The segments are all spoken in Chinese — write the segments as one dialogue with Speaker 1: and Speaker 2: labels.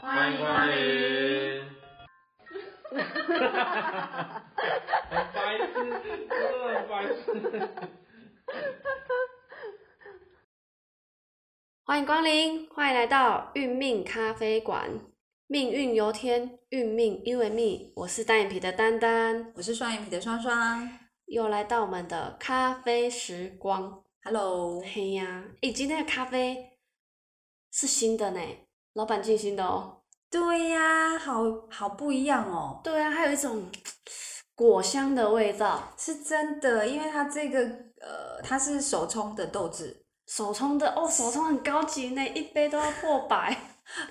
Speaker 1: 欢迎光 临。很白痴，真的很白痴。
Speaker 2: 欢迎光临，欢迎来到运命咖啡馆。命运由天，运命因为命。我是单眼皮的丹丹，
Speaker 3: 我是双眼皮的双双
Speaker 2: 又来到我们的咖啡时光。
Speaker 3: ，Hello，
Speaker 2: 嘿呀，诶，今天的咖啡是新的呢，老板进新的哦。
Speaker 3: 对呀、好好不一样哦，
Speaker 2: 对啊，还有一种果香的味道，
Speaker 3: 是真的，因为它这个呃，它是手冲的豆制，
Speaker 2: 手冲的哦，手冲很高级呢，一杯都要破百。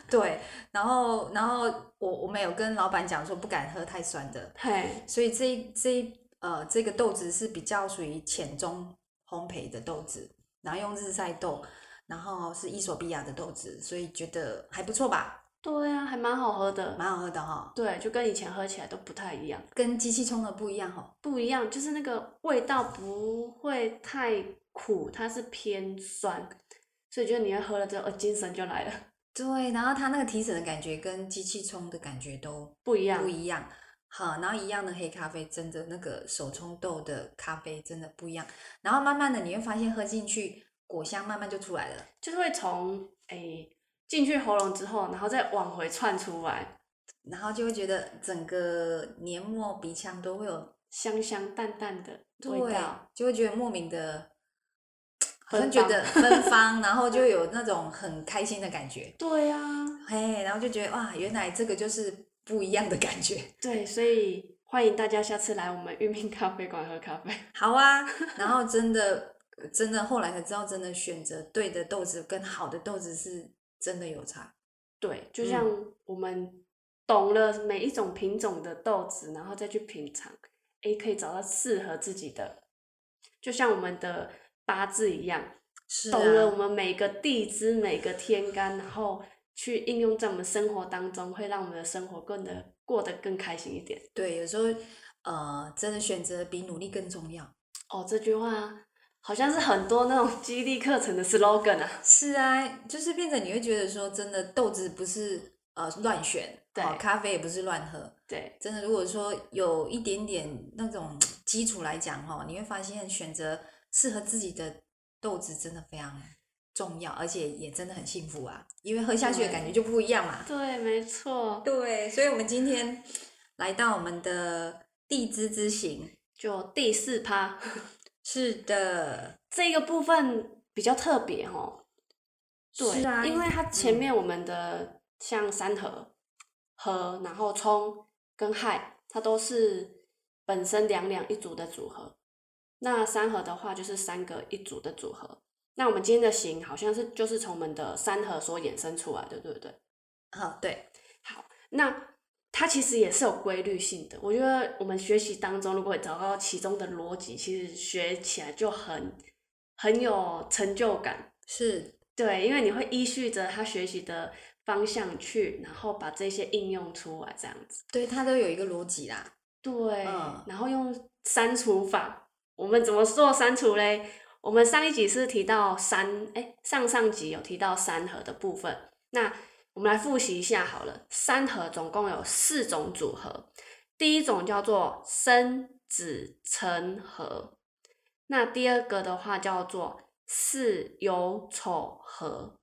Speaker 3: 对，然后然后我我们有跟老板讲说不敢喝太酸的，
Speaker 2: 嘿，
Speaker 3: 所以这一这一呃这个豆子是比较属于浅中烘焙的豆子，然后用日晒豆，然后是伊索比亚的豆子，所以觉得还不错吧，
Speaker 2: 对啊，还蛮好喝的。
Speaker 3: 蛮好喝的哈、
Speaker 2: 对，就跟以前喝起来都不太一样。
Speaker 3: 跟机器冲的不一样哦。
Speaker 2: 不一样，就是那个味道不会太苦，它是偏酸，所以就你会喝了之后，呃，精神就来了，
Speaker 3: 对，然后它那个提神的感觉跟机器冲的感觉都
Speaker 2: 不一样
Speaker 3: 不。一样。好，然后一样的黑咖啡，真的那个手冲豆的咖啡真的不一样。然后慢慢的你会发现喝进去果香慢慢就出来了，
Speaker 2: 就是会从诶进去喉咙之后，然后再往回窜出来，
Speaker 3: 然后就会觉得整个黏膜、鼻腔都会有
Speaker 2: 香香淡淡的味
Speaker 3: 对
Speaker 2: 道，，
Speaker 3: 就会觉得莫名的，好
Speaker 2: 芬
Speaker 3: 像觉
Speaker 2: 芳
Speaker 3: 得芬 芳，然后就有那种很开心的感觉。
Speaker 2: 对啊，
Speaker 3: 嘿，然后就觉得哇，原来这个就是不一样的感觉。
Speaker 2: 对，所以欢迎大家下次来我们玉命咖啡馆喝咖啡。
Speaker 3: 好啊， 然后真的真的后来才知道，真的选择对的豆子跟好的豆子是真的有差。
Speaker 2: 对，就像我们懂了每一种品种的豆子，然后再去品尝，诶，可以找到适合自己的。就像我们的八字一样，
Speaker 3: 是啊，
Speaker 2: 懂了我们每个地支、每个天干，然后去应用在我们生活当中，会让我们的生活更的过得更开心一点。
Speaker 3: 对，有时候呃，真的选择比努力更重要。
Speaker 2: 哦，这句话好像是很多那种 激励课程的 slogan 啊。
Speaker 3: 是啊，就是变成你会觉得说，真的豆子不是呃乱选，
Speaker 2: 对
Speaker 3: 哦咖啡也不是乱喝。
Speaker 2: 对，
Speaker 3: 真的，如果说有一点点那种基础来讲哈、哦，你会发现选择适合自己的豆子真的非常重要，而且也真的很幸福啊，因为喝下去的感觉就不一样嘛。
Speaker 2: 对，没错，
Speaker 3: 对，所以我们今天来到我们的地支之行，
Speaker 2: 就第四趴。
Speaker 3: 是的，
Speaker 2: 这个部分比较特别哦。对，
Speaker 3: 是啊，
Speaker 2: 因为它前
Speaker 3: 嗯
Speaker 2: 面我们的像三合、合，然后冲跟亥，它都是本身两两一组的组合。那三合的话就是三个一组的组合。那我们今天的形好像是就是从我们的三合所衍生出来的，对不对？
Speaker 3: 好、对，
Speaker 2: 那它其实也是有规律性的。我觉得我们学习当中，如果找到其中的逻辑，其实学起来就很很有成就感。
Speaker 3: 是
Speaker 2: 对，因为你会依序着他学习的方向去，然后把这些应用出来，这样子。
Speaker 3: 对，它都有一个逻辑啦。
Speaker 2: 对，
Speaker 3: 嗯
Speaker 2: 然后用删除法，我们怎么做删除嘞？我们上一集是提到三，哎，上上集有提到三合的部分，那我们来复习一下好了。三合总共有四种组合，第一种叫做生子辰合，那第二个的话叫做巳酉丑合，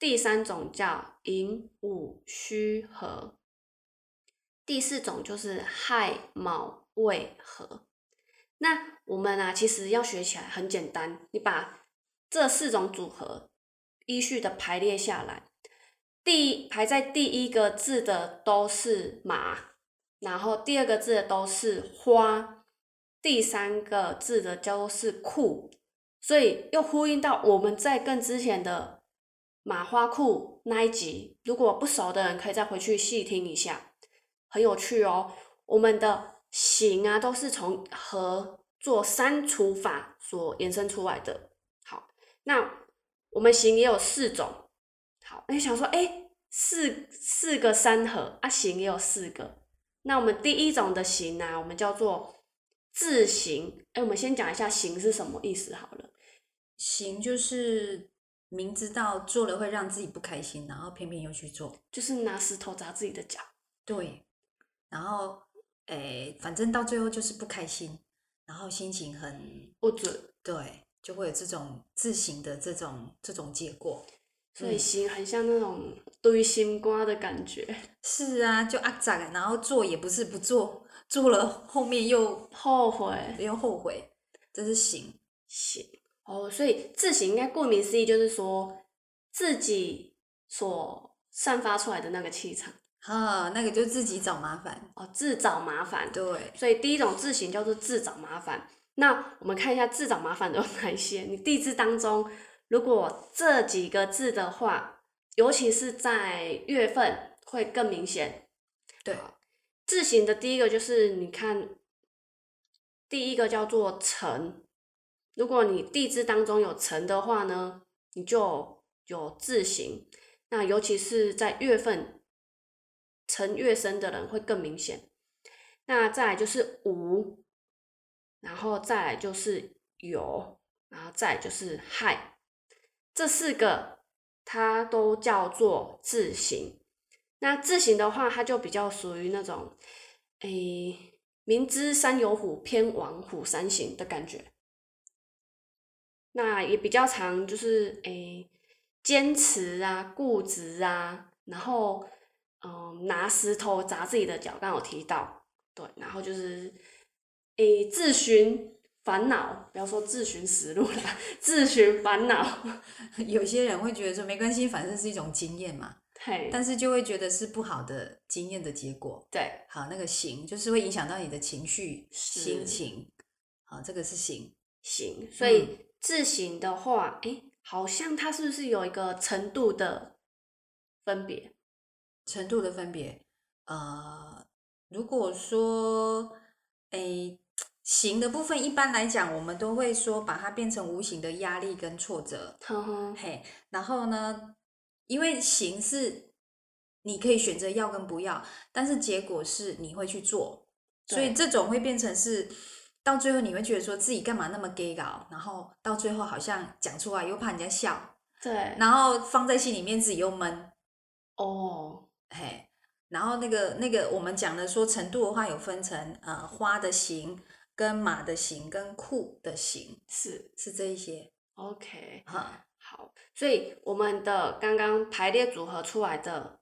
Speaker 2: 第三种叫寅午戌合。第四种就是亥卯未合。那我们啊，其实要学起来很简单，你把这四种组合依序的排列下来，第排在第一个字的都是马，然后第二个字的都是花，第三个字的都是库，所以又呼应到我们在更之前的马花库那一集，如果不熟的人可以再回去细听一下，很有趣哦。我们的形啊，都是从和做删除法所延伸出来的。好，那我们形也有四种。好，那就想说，哎，四四个三合啊，形也有四个。那我们第一种的形啊，我们叫做字形。哎，我们先讲一下形是什么意思好了。
Speaker 3: 行就是明知道做了会让自己不开心，然后偏偏又去做。
Speaker 2: 就是拿石头砸自己的脚。
Speaker 3: 对，然后诶，反正到最后就是不开心，然后心情很
Speaker 2: 不准，
Speaker 3: 对，就会有这种自行的这种这种结果。
Speaker 2: 所以心很像那种堆心瓜的感觉，
Speaker 3: 是啊，就阿杂，然后做也不是不做，做了后面又
Speaker 2: 后悔
Speaker 3: 又后悔，这是行。
Speaker 2: 行哦。所以自省应该顾名思义就是说自己所散发出来的那个气场
Speaker 3: 哈，啊那个就自己找麻烦。
Speaker 2: 哦，自找麻烦。
Speaker 3: 对，
Speaker 2: 所以第一种自省叫做自找麻烦。那我们看一下自找麻烦的有 哪一些？你地支当中，如果这几个字的话，尤其是在月份会更明显。
Speaker 3: 对，
Speaker 2: 自省的第一个就是你看，第一个叫做辰。如果你地支当中有辰的话呢，你就有自省。那尤其是在月份，辰月生的人会更明显。那再来就是无，然后再来就是有，然后再来就是亥，这四个它都叫做字形。那字形的话，它就比较属于那种，诶，明知山有虎，偏往虎山行的感觉。那也比较常就是诶，坚持啊、固执啊，然后嗯、拿石头砸自己的脚，刚刚有提到。对，然后就是诶自寻烦恼，不要说自寻死路啦，自寻烦恼。
Speaker 3: 有些人会觉得说没关系，反正是一种经验嘛，
Speaker 2: 嘿，
Speaker 3: 但是就会觉得是不好的经验的结果。
Speaker 2: 对，
Speaker 3: 好，那个行就是会影响到你的情绪、
Speaker 2: 是
Speaker 3: 心情。好，这个是行。
Speaker 2: 行。所以自省的话，诶，好像它是不是有一个程度的分别？
Speaker 3: 程度的分别。呃，如果说，诶，行的部分，一般来讲，我们都会说把它变成无形的压力跟挫折。
Speaker 2: 呵呵，
Speaker 3: 嘿，然后呢，因为行是你可以选择要跟不要，但是结果是你会去做，所以
Speaker 2: 对
Speaker 3: 这种会变成是。到最后你会觉得说自己干嘛那么 gay 搞，然后到最后好像讲出来又怕人家笑，
Speaker 2: 对，
Speaker 3: 然后放在心里面自己又闷，
Speaker 2: 哦，
Speaker 3: 嘿，然后那个那个我们讲的说程度的话，有分成呃花的形、跟马的形、跟库的形，
Speaker 2: 是
Speaker 3: 是这一些
Speaker 2: OK，
Speaker 3: 哈。
Speaker 2: 好。所以我们的刚刚排列组合出来的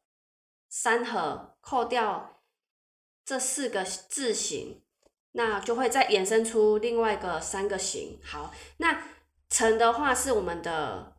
Speaker 2: 三合，扣掉这四个字形，那就会再衍生出另外一个三个形。好，那辰的话是我们的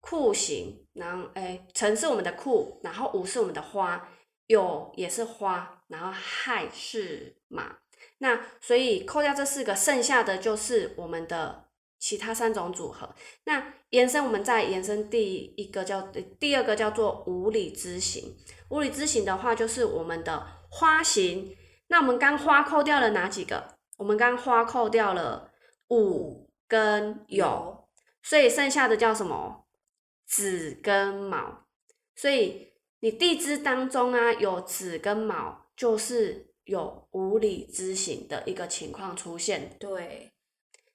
Speaker 2: 库形，然后诶，辰、是我们的库，然后午是我们的花，酉也是花，然后亥是马。那所以扣掉这四个，剩下的就是我们的其他三种组合。那延伸，我们再延伸第一个叫呃第二个叫做无理之行。无理之行的话，就是我们的花形。那我们刚花扣掉了哪几个？我们刚花扣掉了五跟酉，所以剩下的叫什么？子跟卯。所以你地支当中啊，有子跟卯，就是有无理之行的一个情况出现
Speaker 3: 对，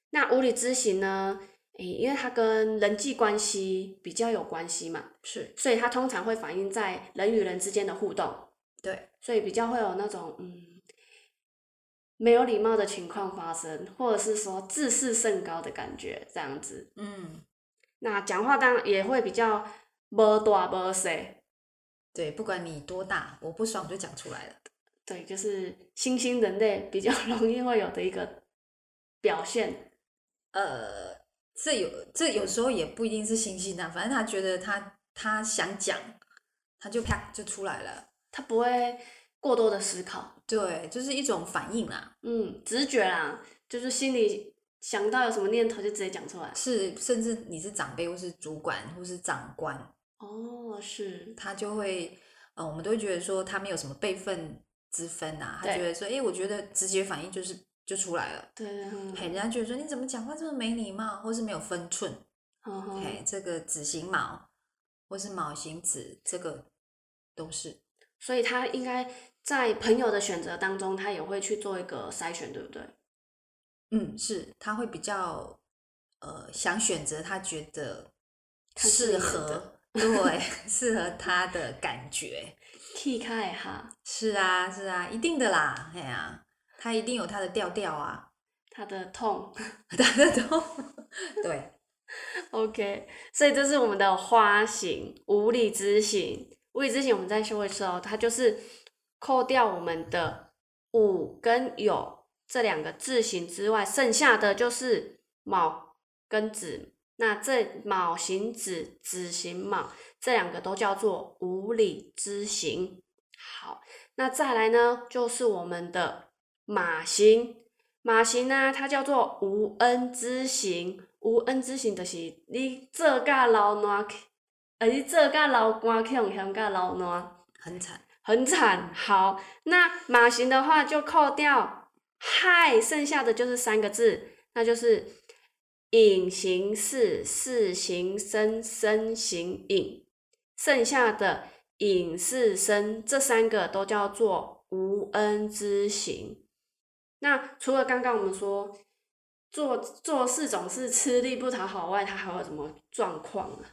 Speaker 2: 那无理之行呢？诶，因为它跟人际关系比较有关系嘛，
Speaker 3: 是，
Speaker 2: 所以它通常会反映在人与人之间的互动，
Speaker 3: 对，
Speaker 2: 所以比较会有那种嗯没有礼貌的情况发生，或者是说自视甚高的感觉这样子。
Speaker 3: 嗯，
Speaker 2: 那讲话当然也会比较无大无小，
Speaker 3: 对，不管你多大，我不爽就讲出来了。
Speaker 2: 对，就是新兴人类比较 容易会有的一个表现。
Speaker 3: 呃，这有这有时候也不一定是星星啊，反正他觉得他他想讲，他就啪就出来了。
Speaker 2: 他不会过多的思考，
Speaker 3: 对，就是一种反应啦，
Speaker 2: 嗯，直觉啦，就是心里想到有什么念头就直接讲出来。
Speaker 3: 是甚至你是长辈或是主管或是长官，
Speaker 2: 哦，是，
Speaker 3: 他就会，呃，我们都会觉得说他没有什么辈分之分啊，他
Speaker 2: 对
Speaker 3: 觉得说，哎、我觉得直觉反应就是就出来了，
Speaker 2: 对对
Speaker 3: 嘿，
Speaker 2: 对，
Speaker 3: 人家觉得说你怎么讲话这么没礼貌，或是没有分寸，
Speaker 2: 嗯哼
Speaker 3: 嘿，这个子形卯或是卯形子，这个都是
Speaker 2: 所以他应该在朋友的选择当中，他也会去做一个筛选，对不对？
Speaker 3: 嗯，是他会比较呃想选择他觉得
Speaker 2: 看顺
Speaker 3: 适
Speaker 2: 眼的
Speaker 3: 合，对， 适合他的感觉。
Speaker 2: 踢开哈，
Speaker 3: 是啊，是啊，一定的啦，哎呀、他一定有他的调调啊，
Speaker 2: 他的痛。
Speaker 3: 他的都 对，
Speaker 2: OK，所以这是我们的花型、无理之型。无理之型我们在修会之后，它就是扣掉我们的五跟有这两个字形之外，剩下的就是卯跟子。那这卯形子、子形卯这两个都叫做无理之形。好，那再来呢，就是我们的马形。马形呢、它叫做无恩之行。无恩之行就是你做甲老烂去，呃，你做甲老官去用嫌甲老烂，
Speaker 3: 很惨，
Speaker 2: 很惨。好，那马形的话就扣掉亥，剩下的就是三个字，那就是隐形式、事形身、身形影。剩下的隐士身这三个都叫做无恩之行。那除了刚刚我们说做做事总是吃力不讨好外，它还有什么状况呢？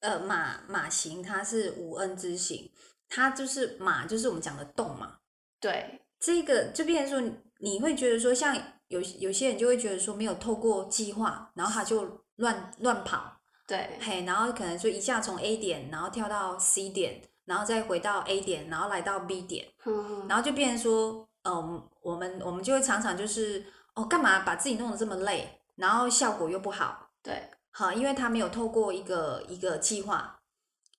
Speaker 3: 呃，马马行它是无恩之行，它就是马，就是我们讲的动嘛，
Speaker 2: 对，
Speaker 3: 这个就变成说，你会觉得说，像有有些人就会觉得说，没有透过计划，然后他就乱乱跑，
Speaker 2: 对，
Speaker 3: 嘿，然后可能就一下从 A 点，然后跳到 C 点，然后再回到 A 点，然后来到 B 点，
Speaker 2: 嗯，
Speaker 3: 然后就变成说，嗯，我们我们就会常常就是，哦，干嘛把自己弄得这么累，然后效果又不好，
Speaker 2: 对，
Speaker 3: 好，因为他没有透过一个一个计划，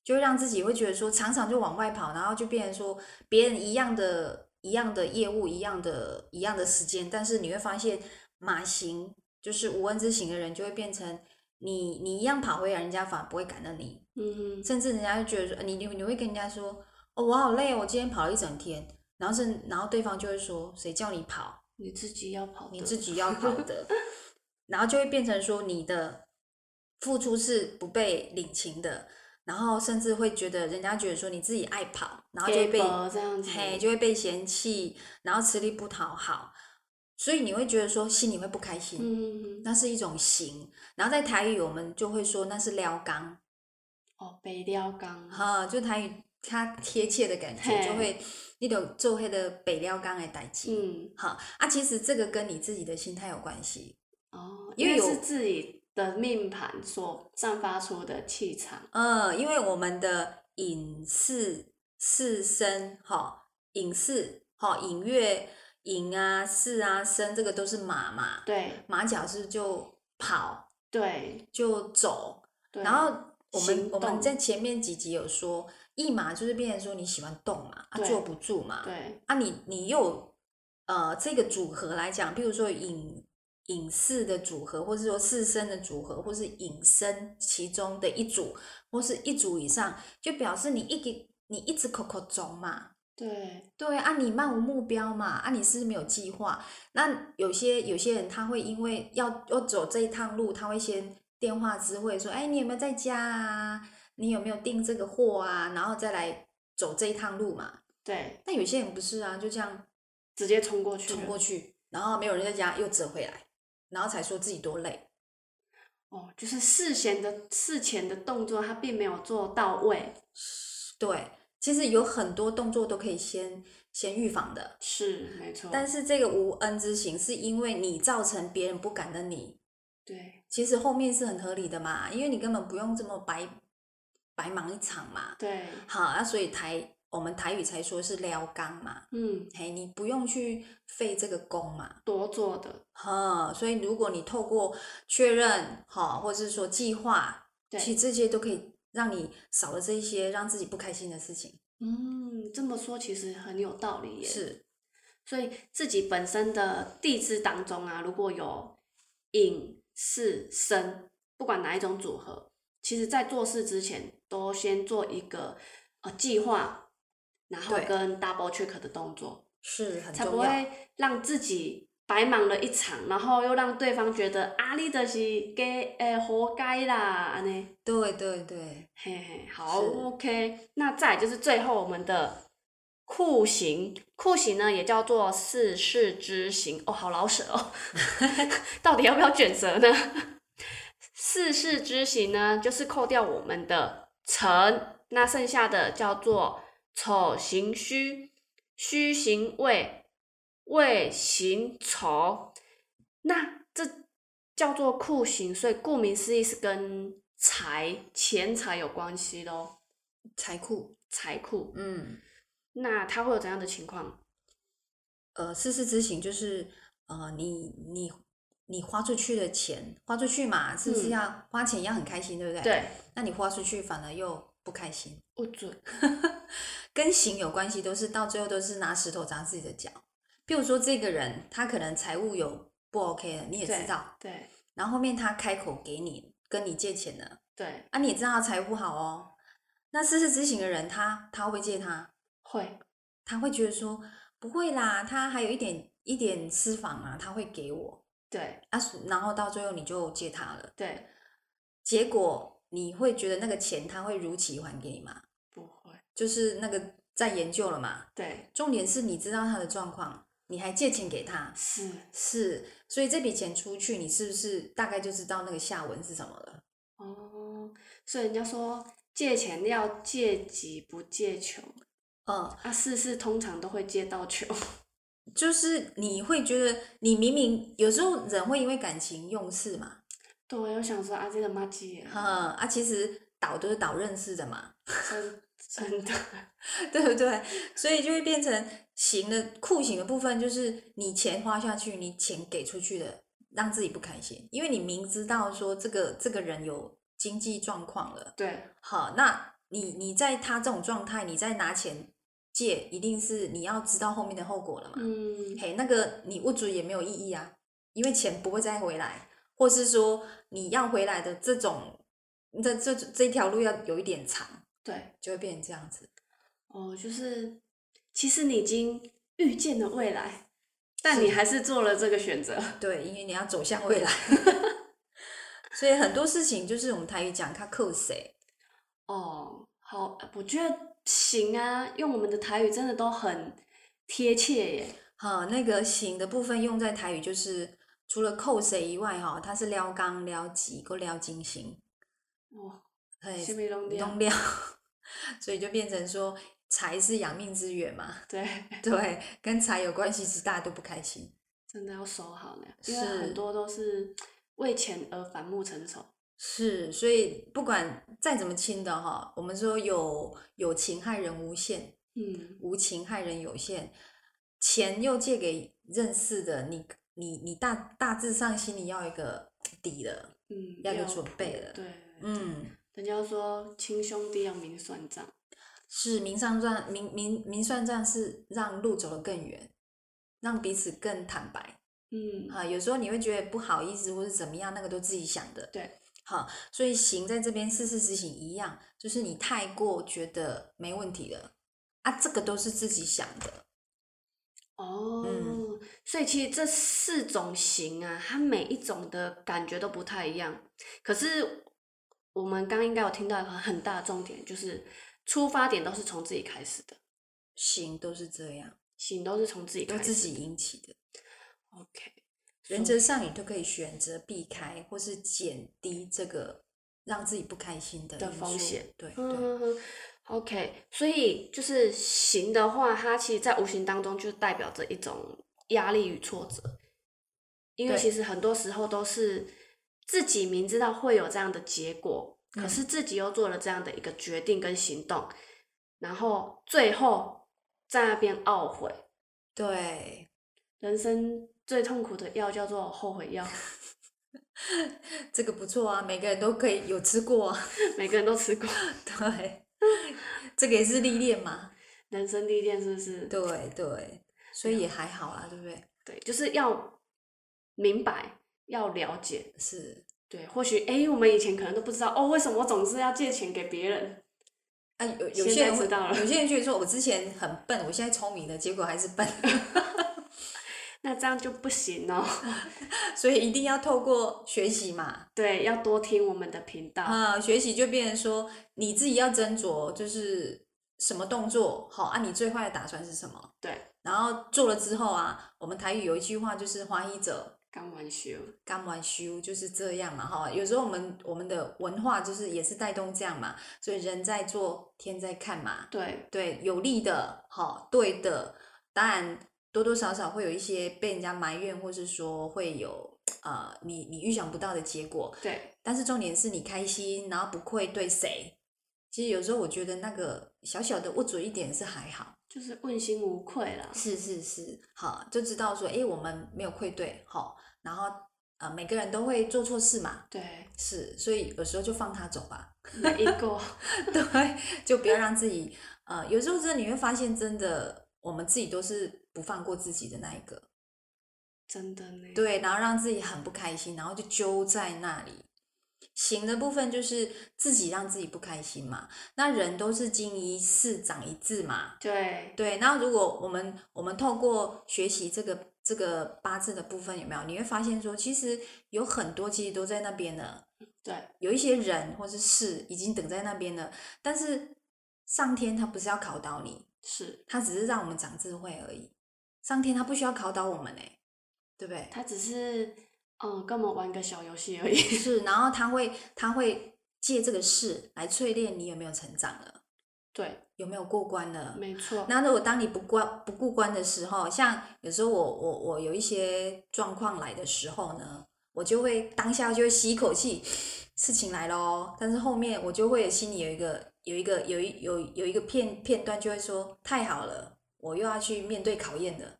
Speaker 3: 就会让自己会觉得说，常常就往外跑，然后就变成说，别人一样的、一样的业务、一样的、一样的时间，但是你会发现，马行就是无恩之行的人，就会变成你你一样跑回来，人家反而不会感恩你，
Speaker 2: 嗯哼，
Speaker 3: 甚至人家就觉得说，呃你你你会跟人家说，哦，我好累哦，我今天跑了一整天，然后是然后对方就会说，谁叫你跑？
Speaker 2: 你自己要跑的，
Speaker 3: 你自己要跑 的，然后就会变成说你的付出是不被领情的，然后甚至会觉得人家觉得说你自己爱跑，然后就会被
Speaker 2: 给薄这样子，
Speaker 3: 嘿就会被嫌弃，然后吃力不讨好，所以你会觉得说心里会不开心，
Speaker 2: 嗯，
Speaker 3: 那是一种行。然后在台语我们就会说那是撩刚，
Speaker 2: 哦，北撩刚，
Speaker 3: 哈、就台语它贴切的感觉
Speaker 2: 嘿
Speaker 3: 就会那种做黑的北撩刚的代志。
Speaker 2: 嗯，
Speaker 3: 好啊，其实这个跟你自己的心态有关系。
Speaker 2: 哦，
Speaker 3: 因
Speaker 2: 因
Speaker 3: 为
Speaker 2: 为
Speaker 3: 有
Speaker 2: 是自己的命盘所散发出的气场，
Speaker 3: 嗯，因为我们的隐士、士身，哈、隐士，哈、隐月、隐啊、士啊、身，这个都是马嘛。
Speaker 2: 对，
Speaker 3: 马脚是就跑
Speaker 2: 对，
Speaker 3: 就走，
Speaker 2: 对，
Speaker 3: 然后我们
Speaker 2: 行
Speaker 3: 我们
Speaker 2: 动
Speaker 3: 在前面几集有说，一马就是变成说你喜欢动嘛，啊
Speaker 2: 对
Speaker 3: 坐不住嘛，
Speaker 2: 对，
Speaker 3: 啊你你又呃这个组合来讲，譬如说隐隐士的组合，或是说四身的组合，或是隐身其中的一组，或是一组以上，就表示你一个你一直口口中嘛。
Speaker 2: 对，
Speaker 3: 对啊，你漫无目标嘛，啊，你是没有计划。那有些有些人他会因为要要走这一趟路，他会先电话知会说，哎，你有没有在家啊？你有没有订这个货啊？然后再来走这一趟路嘛。
Speaker 2: 对，
Speaker 3: 但有些人不是啊，就这样
Speaker 2: 直接冲过去了，
Speaker 3: 冲过去，然后没有人在家，又折回来，然后才说自己多累。
Speaker 2: 哦，就是事前的事前的动作，他并没有做到位，
Speaker 3: 对，其实有很多动作都可以先先预防的，
Speaker 2: 是没错，
Speaker 3: 但是这个无恩之行是因为你造成别人不感恩你，
Speaker 2: 对
Speaker 3: 其实后面是很合理的嘛，因为你根本不用这么白白忙一场嘛。
Speaker 2: 对，
Speaker 3: 好，那、所以台我们台语才说是撩刚嘛，
Speaker 2: 嗯，
Speaker 3: 嘿，你不用去费这个功嘛。
Speaker 2: 多做的，
Speaker 3: 哈、所以如果你透过确认，哈、或者是说计划，
Speaker 2: 对，
Speaker 3: 其实这些都可以让你少了这一些让自己不开心的事情。
Speaker 2: 嗯，这么说其实很有道理耶，，
Speaker 3: 是，
Speaker 2: 所以自己本身的地支当中啊，如果有寅、巳、申，不管哪一种组合，其实在做事之前都先做一个呃计划，然后
Speaker 3: 对
Speaker 2: 跟 double check 的动作，
Speaker 3: 是很
Speaker 2: 才不
Speaker 3: 重要。
Speaker 2: 会让自己白忙了一场，然后又让对方觉得啊，你就是给诶活该啦，安尼。
Speaker 3: 对对对，
Speaker 2: 嘿嘿，好
Speaker 3: 是
Speaker 2: ，OK。那再来就是最后我们的酷刑，酷刑呢也叫做四世 之刑哦，好老舍哦，到底要不要卷舌呢？四式之行呢，就是扣掉我们的辰，那剩下的叫做丑行戌，戌行未，未行丑。那这叫做库行，所以顾名思义是跟财、钱财有关系咯，
Speaker 3: 财库，
Speaker 2: 财库。
Speaker 3: 嗯，
Speaker 2: 那它会有怎样的情况？
Speaker 3: 呃，四事之行就是呃，你你你花出去的钱，花出去嘛，是不是
Speaker 2: 嗯
Speaker 3: 要、花钱要很开心，对不对？。
Speaker 2: 对，
Speaker 3: 那你花出去反而又不开心，
Speaker 2: 不准。
Speaker 3: 跟行有关系，都是到最后都是拿石头砸自己的脚。比如说这个人，他可能财务有不 OK 的，你也知道，
Speaker 2: 对
Speaker 3: 然后后面他开口给你跟你借钱了，
Speaker 2: 对，
Speaker 3: 啊，你也知道他财务好哦。那事事之行的人，他他会不会借他？
Speaker 2: 会
Speaker 3: 他会觉得说不会啦，他还有一点一点私房啊，他会给我
Speaker 2: 对
Speaker 3: 啊，然后到最后你就借他了，
Speaker 2: 对
Speaker 3: 结果你会觉得那个钱他会如期还给你吗？
Speaker 2: 不会
Speaker 3: 就是那个在研究了嘛，
Speaker 2: 对
Speaker 3: 重点是你知道他的状况，你还借钱给他，
Speaker 2: 是
Speaker 3: 是，所以这笔钱出去，你是不是大概就知道那个下文是什么了？
Speaker 2: 哦，所以人家说借钱要借急不借穷，
Speaker 3: 嗯，
Speaker 2: 啊，事事通常都会借到穷。
Speaker 3: 就是你会觉得你明明有时候人会因为感情用事嘛，
Speaker 2: 对，我想说啊，这个妈鸡耶，
Speaker 3: 嗯啊，其实导都是导认识的嘛，
Speaker 2: 真真的，
Speaker 3: 对不对？所以就会变成行的酷刑的部分，就是你钱花下去，你钱给出去的，让自己不开心，因为你明知道说这个这个人有经济状况了，
Speaker 2: 对
Speaker 3: 好，那你你在他这种状态，你再拿钱借，一定是你要知道后面的后果了嘛？
Speaker 2: 嗯，
Speaker 3: 嘿，那个你握住也没有意义啊，因为钱不会再回来，或是说你要回来的这种这这这条路要有一点长，
Speaker 2: 对，
Speaker 3: 就会变成这样子。
Speaker 2: 哦，就是其实你已经预见了未来，但你还是做了这个选择。
Speaker 3: 对，因为你要走向未来， 所以很多事情就是我们台语讲，他扣谁？
Speaker 2: 哦，好，我觉得行啊，用我们的台语真的都很贴切耶。
Speaker 3: 哈，那个行的部分用在台语就是。除了扣谁以外，哈，它是撩刚、撩急、够撩金行，
Speaker 2: 哇，
Speaker 3: 嘿，
Speaker 2: 什么啊拢
Speaker 3: 你
Speaker 2: 了
Speaker 3: 弄料， 所以就变成说财是养命之源嘛，
Speaker 2: 对，
Speaker 3: 对，跟财有关系，其实大家都不开心。
Speaker 2: 真的要收好呢，因为
Speaker 3: 是
Speaker 2: 很多都是为钱而反目成仇。
Speaker 3: 是，所以不管再怎么亲的哈，我们说有有情害人无限，
Speaker 2: 嗯，
Speaker 3: 无情害人有限，钱又借给认识的，你你你大大致上心里要有一个底了，
Speaker 2: 嗯，
Speaker 3: 要有准备了
Speaker 2: 对，
Speaker 3: 嗯。
Speaker 2: 人家说亲兄弟要明算账，
Speaker 3: 是明算账，明明明算账是让路走得更远，让彼此更坦白。
Speaker 2: 嗯，
Speaker 3: 啊，有时候你会觉得不好意思或是怎么样，那个都自己想的。
Speaker 2: 对，
Speaker 3: 好，所以行在这边事事之行一样，就是你太过觉得没问题了啊，这个都是自己想的。
Speaker 2: 哦，
Speaker 3: 嗯
Speaker 2: 所以其实这四种型啊，它每一种的感觉都不太一样。可是我们刚应该有听到一个很大的重点，就是出发点都是从自己开始的，
Speaker 3: 行都是这样，
Speaker 2: 型都是从自己
Speaker 3: 都
Speaker 2: 开始
Speaker 3: 自
Speaker 2: 的。
Speaker 3: 己引起的。
Speaker 2: OK，
Speaker 3: 原则上，你都可以选择避开或是减低这个让自己不开心的
Speaker 2: 的
Speaker 3: 因
Speaker 2: 风
Speaker 3: 素
Speaker 2: 险。
Speaker 3: 对对。
Speaker 2: 嗯，OK，所以就是行的话，它其实，在无形当中就代表着一种压力与挫折，因为
Speaker 3: 对
Speaker 2: 其实很多时候都是自己明知道会有这样的结果，可
Speaker 3: 嗯
Speaker 2: 是自己又做了这样的一个决定跟行动，然后最后在那边懊悔。
Speaker 3: 对
Speaker 2: 人生最痛苦的药叫做后悔药，
Speaker 3: 这个不错啊，每个人都可以有吃过、啊。
Speaker 2: 每个人都吃过。
Speaker 3: 对， 这个也是历练嘛。
Speaker 2: 人生第一件事是，
Speaker 3: 对对，所以也还好啦，对不对？
Speaker 2: 对，就是要明白，要了解，
Speaker 3: 是
Speaker 2: 对，或许诶，我们以前可能都不知道哦，为什么我总是要借钱给别人？
Speaker 3: 啊，有有
Speaker 2: 现
Speaker 3: 些
Speaker 2: 在
Speaker 3: 人
Speaker 2: 知
Speaker 3: 会
Speaker 2: 道了
Speaker 3: 有 些人觉得说我之前很笨，我现在聪明了，结果还是笨，
Speaker 2: 那这样就不行哦。
Speaker 3: 所以一定要透过学习嘛。
Speaker 2: 对，要多听我们的频道。
Speaker 3: 啊，学习就变成说你自己要斟酌，就是什么动作好啊，你最坏的打算是什么？
Speaker 2: 对，
Speaker 3: 然后做了之后啊，我们台语有一句话就是“花一者
Speaker 2: 刚完休，
Speaker 3: 甘完修就是这样嘛哈。有时候我们我们的文化就是也是带动这样嘛，所以人在做，天在看嘛。
Speaker 2: 对，
Speaker 3: 对，有利的，好，对的，当然多多少少会有一些被人家埋怨，或是说会有呃你你预想不到的结果。
Speaker 2: 对，
Speaker 3: 但是重点是你开心，然后不愧对谁。其实有时候我觉得那个小小的握准一点是还好，
Speaker 2: 就是问心无愧啦。
Speaker 3: 是是是，好，就知道说，哎，我们没有愧对，好，然后呃，每个人都会做错事嘛，
Speaker 2: 对，
Speaker 3: 是，所以有时候就放他走吧，
Speaker 2: 那一个
Speaker 3: 对，就不要让自己呃，有时候真的你会发现，真的我们自己都是不放过自己的那一个，
Speaker 2: 真的呢，
Speaker 3: 对，然后让自己很不开心，然后就揪在那里。行的部分就是自己让自己不开心嘛，那人都是经一事长一智嘛，
Speaker 2: 对
Speaker 3: 对。那如果我们我们透过学习这个这个八字的部分有没有，你会发现说，其实有很多其实都在那边的，
Speaker 2: 对
Speaker 3: 有一些人或是事已经等在那边了，但是上天他不是要考倒你，
Speaker 2: 是，
Speaker 3: 他只是让我们长智慧而已。上天他不需要考倒我们哎，对不对？
Speaker 2: 他只是嗯跟我们玩个小游戏而已。
Speaker 3: 是，然后他会他会借这个事来淬炼你有没有成长了，
Speaker 2: 对，
Speaker 3: 有没有过关了。
Speaker 2: 没错，
Speaker 3: 那如果当你不关不过关的时候，像有时候我我我有一些状况来的时候呢，我就会当下就会吸一口气，事情来咯，但是后面我就会心里有一个有一个有一有有一个片片段就会说太好了，我又要去面对考验了，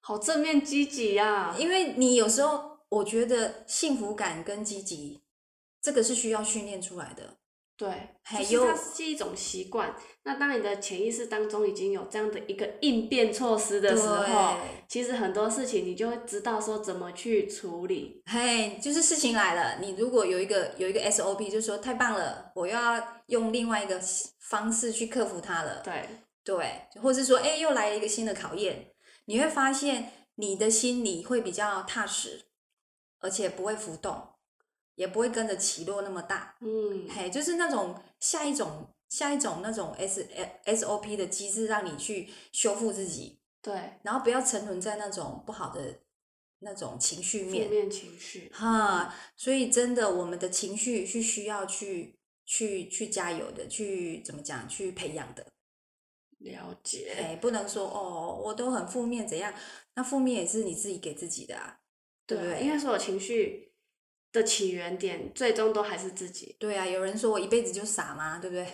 Speaker 2: 好正面积极啊呀、
Speaker 3: 因为你有时候我觉得幸福感跟积极，这个是需要训练出来的。
Speaker 2: 对，
Speaker 3: 还
Speaker 2: 就是它
Speaker 3: 有
Speaker 2: 是一种习惯。那当你的潜意识当中已经有这样的一个应变措施的时候，
Speaker 3: 对
Speaker 2: 其实很多事情你就会知道说怎么去处理。
Speaker 3: 嘿，就是事情来了，你如果有一个有一个 SOP，就说太棒了，我又要用另外一个方式去克服它了，
Speaker 2: 对，
Speaker 3: 对，或是说，哎，又来了一个新的考验，你会发现你的心里会比较踏实，而且不会浮动，也不会跟着起落那么大，
Speaker 2: 嗯，
Speaker 3: 嘿，就是那种下一种下一种那种 S SOP 的机制，让你去修复自己，
Speaker 2: 对，
Speaker 3: 然后不要沉沦在那种不好的那种情绪
Speaker 2: 负
Speaker 3: 面。
Speaker 2: 面情绪。
Speaker 3: 哈，所以真的，我们的情绪是需要去去去加油的，去怎么讲，去培养的。
Speaker 2: 了解，
Speaker 3: 哎，不能说哦，我都很负面怎样？那负面也是你自己给自己的啊，对不
Speaker 2: 啊
Speaker 3: 对？
Speaker 2: 因为所有情绪的起源点，最终都还是自己。
Speaker 3: 对啊，有人说我一辈子就傻嘛，对不 对？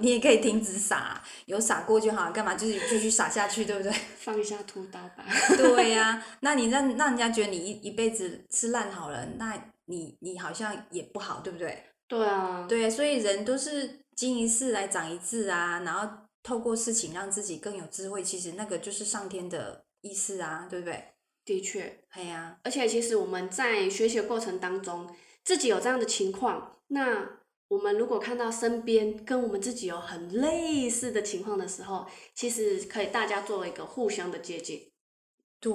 Speaker 3: 你也可以停止傻，有傻过就好，干嘛就是继续傻下去，对不 对？
Speaker 2: 放下屠刀吧。
Speaker 3: 对呀、那你让让人家觉得你一一辈子是烂好人，那你你好像也不好，对不对？
Speaker 2: 对啊，
Speaker 3: 对，所以人都是经一事来长一智啊，然后透过事情让自己更有智慧，其实那个就是上天的意思啊，对不对？
Speaker 2: 的确，
Speaker 3: 哎呀、
Speaker 2: 而且其实我们在学习的过程当中，自己有这样的情况，那我们如果看到身边跟我们自己有很类似的情况的时候，其实可以大家作为一个互相的接近。
Speaker 3: 对。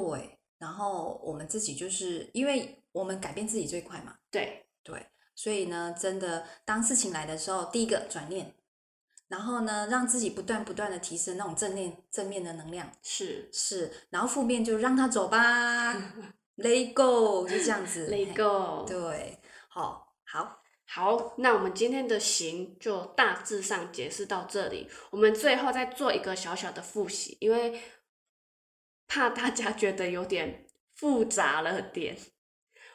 Speaker 3: 然后我们自己就是因为我们改变自己最快嘛，
Speaker 2: 对，
Speaker 3: 对。所以呢，真的当事情来的时候，第一个转念，然后呢，让自己不断不断的提升那种正念正面的能量，
Speaker 2: 是
Speaker 3: 是。然后负面就让它走 吧，Let it go，就这样子
Speaker 2: let
Speaker 3: 嘿
Speaker 2: go。
Speaker 3: 对，好，好。
Speaker 2: 好，那我们今天的行就大致上解释到这里，我们最后再做一个小小的复习，因为怕大家觉得有点复杂了点。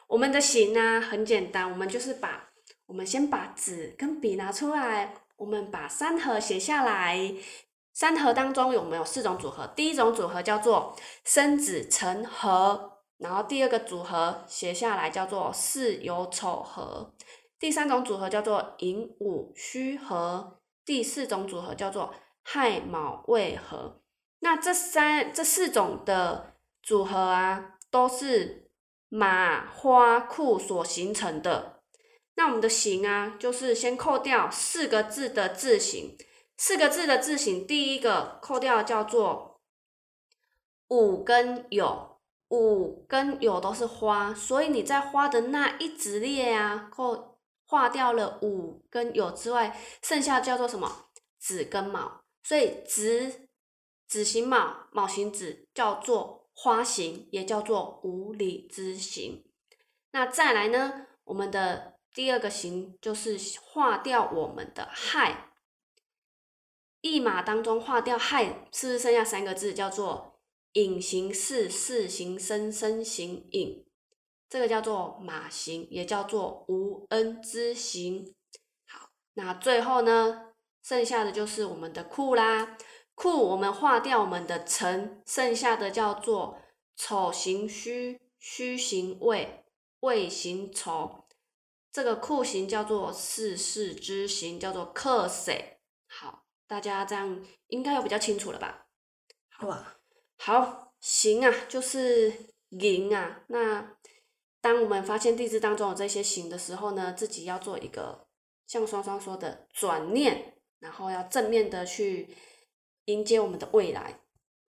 Speaker 2: 我们的行呢、很简单，我们就是把我们先把纸跟笔拿出来，我们把三合写下来。三合当中有没有四种组合？第一种组合叫做生子成合，然后第二个组合写下来叫做巳酉丑合，第三种组合叫做寅午戌合，第四种组合叫做亥卯未合。那这三这四种的组合啊，都是马花库所形成的。那我们的形啊，就是先扣掉四个字的字形，四个字的字形，第一个扣掉叫做五跟酉，五跟酉都是花，所以你在花的那一直列啊，扣划掉了五跟酉之外，剩下叫做什么子跟卯，所以子子形卯，卯形子叫做花形，也叫做无理之形。那再来呢，我们的第二个形就是化掉我们的亥。一马当中化掉亥，是不是剩下三个字叫做隐形四四形生生形影？这个叫做马形，也叫做无恩之形。好，那最后呢，剩下的就是我们的库啦。库我们化掉我们的辰，剩下的叫做丑行戌，戌行未，未行丑。这个库形叫做四世之形，叫做克水。好，大家这样应该有比较清楚了吧？
Speaker 3: 哇，
Speaker 2: 好，行啊，就是赢啊。那当我们发现地支当中有这些行的时候呢，自己要做一个像双双说的转念，然后要正面的去迎接我们的未来。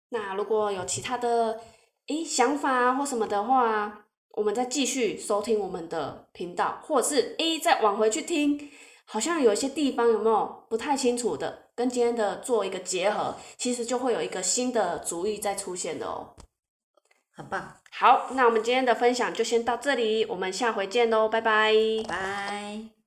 Speaker 2: 那如果有其他的诶想法啊或什么的话，我们再继续收听我们的频道，或者是诶再往回去听，好像有一些地方有没有不太清楚的，跟今天的做一个结合，其实就会有一个新的主意再出现的哦。
Speaker 3: 很棒，
Speaker 2: 好，那我们今天的分享就先到这里，我们下回见喽，拜拜。
Speaker 3: 拜。